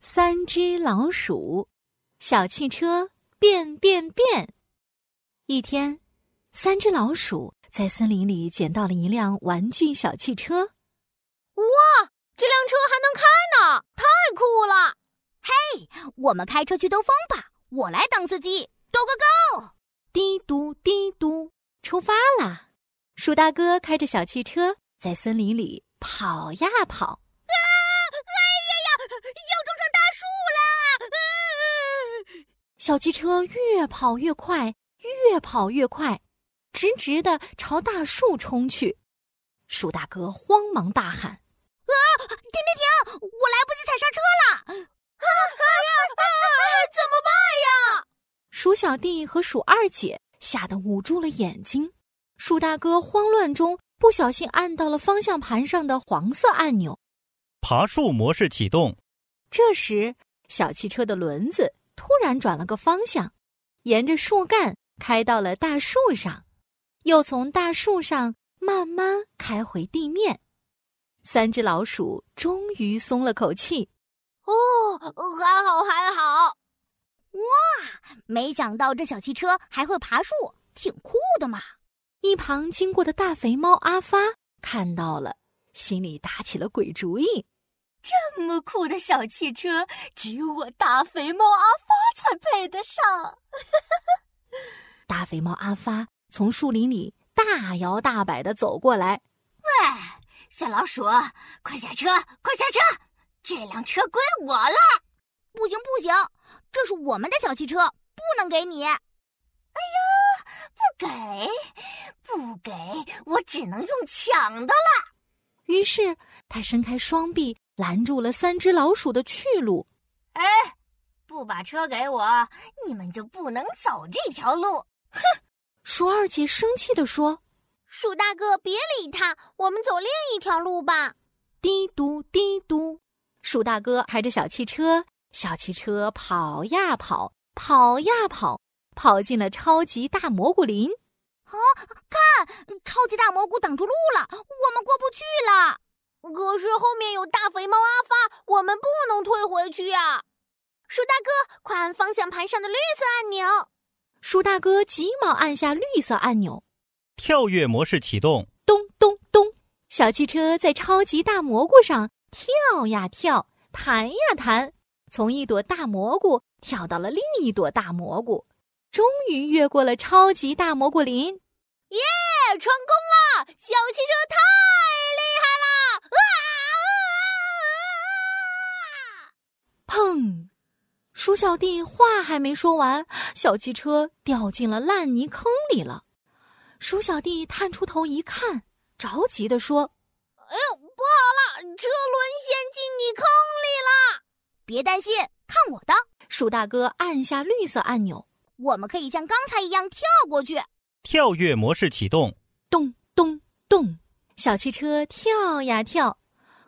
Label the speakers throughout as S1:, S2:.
S1: 三只老鼠，小汽车变变变。一天，三只老鼠在森林里捡到了一辆玩具小汽车。
S2: 哇，这辆车还能开呢，太酷了！
S3: 嘿，我们开车去兜风吧，我来当司机。Go go go！
S1: 嘀嘟嘀嘟，出发啦！鼠大哥开着小汽车在森林里跑呀跑。小汽车越跑越快，越跑越快，直直的朝大树冲去。鼠大哥慌忙大喊：“
S3: 啊，停停停！我来不及踩刹车了！啊
S2: 啊啊！怎么办呀？”
S1: 鼠小弟和鼠二姐吓得捂住了眼睛。鼠大哥慌乱中不小心按到了方向盘上的黄色按钮，
S4: 爬树模式启动。
S1: 这时，小汽车的轮子。突然转了个方向，沿着树干开到了大树上，又从大树上慢慢开回地面。三只老鼠终于松了口气。
S2: 哦，还好还好！
S3: 哇，没想到这小汽车还会爬树，挺酷的嘛！
S1: 一旁经过的大肥猫阿发看到了，心里打起了鬼主意。
S3: 这么酷的小汽车，只有我大肥猫阿发才配得上。
S1: 大肥猫阿发从树林里大摇大摆的走过来。
S3: 喂，小老鼠，快下车，快下车！这辆车归我了。
S2: 不行不行，这是我们的小汽车，不能给你。
S3: 哎呀，不给，不给，我只能用抢的了。
S1: 于是他伸开双臂。拦住了三只老鼠的去路。
S3: 哎，不把车给我，你们就不能走这条路！哼！
S1: 鼠二姐生气地说：“
S2: 鼠大哥，别理他，我们走另一条路吧。”
S1: 嘀嘟嘀嘟，鼠大哥开着小汽车，小汽车跑呀跑，跑呀跑，跑进了超级大蘑菇林。
S3: 啊，看，嗯超级大蘑菇挡住路了，我们过不去了。
S2: 可是后面有大肥猫阿发，我们不能退回去呀、啊！鼠大哥，快按方向盘上的绿色按钮！
S3: 哎
S1: 鼠大哥急忙按下绿色按钮，
S4: 跳跃模式启动。
S1: 咚咚咚！小汽车在超级大蘑菇上跳呀跳，弹呀弹，从一朵大蘑菇跳到了另一朵大蘑菇，终于越过了超级大蘑菇林。
S2: 耶，成功了！小汽车太厉害！
S1: 砰！鼠小弟话还没说完，小汽车掉进了烂泥坑里了。鼠小弟探出头一看，着急地说：“
S2: 哎呦，不好了，车轮陷进泥坑里了！”
S3: 别担心，看我的！
S1: 鼠大哥按下绿色按钮，
S3: 我们可以像刚才一样跳过去。
S4: 跳跃模式启动。
S1: 咚咚咚！小汽车跳呀跳，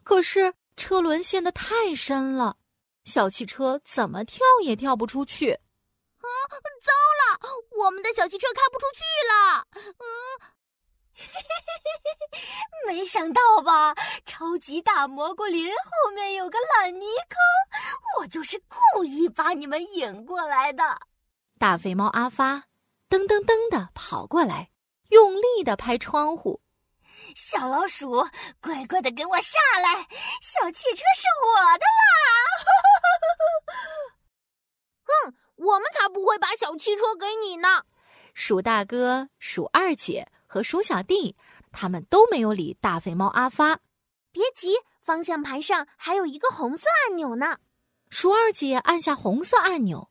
S1: 可是车轮陷得太深了。小汽车怎么跳也跳不出去，
S3: 啊！糟了，我们的小汽车开不出去了。嗯， 没想到吧？超级大蘑菇林后面有个烂泥坑，我就是故意把你们引过来的。
S1: 大肥猫阿发噔噔噔的跑过来，用力的拍窗户。
S3: 小老鼠，乖乖的给我下来！小汽车是我的啦！
S2: 哼嗯，我们才不会把小汽车给你呢！
S1: 鼠大哥、鼠二姐和鼠小弟，他们都没有理大肥猫阿发。
S2: 别急，方向盘上还有一个红色按钮呢。
S1: 鼠二姐按下红色按钮，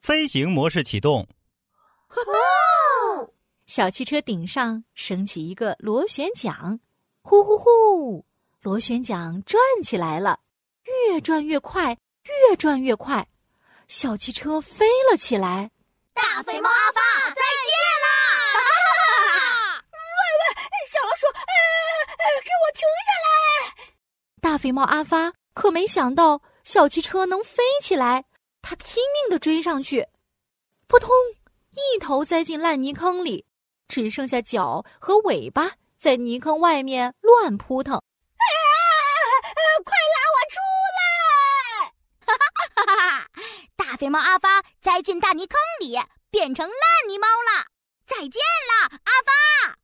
S4: 飞行模式启动。
S2: 哦！
S1: 小汽车顶上升起一个螺旋桨，呼呼呼！螺旋桨转起来了，越转越快，越转越快。小汽车飞了起来。
S2: 大肥猫阿发，再见啦！
S3: 哈哈！喂喂，小老鼠，呃，给我停下来！
S1: 大肥猫阿发可没想到小汽车能飞起来，他拼命的追上去，扑通，一头栽进烂泥坑里。只剩下脚和尾巴在泥坑外面乱扑腾。
S3: 啊！快拉我出来！
S2: 哈哈，
S3: 大肥猫阿发栽进大泥坑里，变成烂泥猫了。再见了，阿发。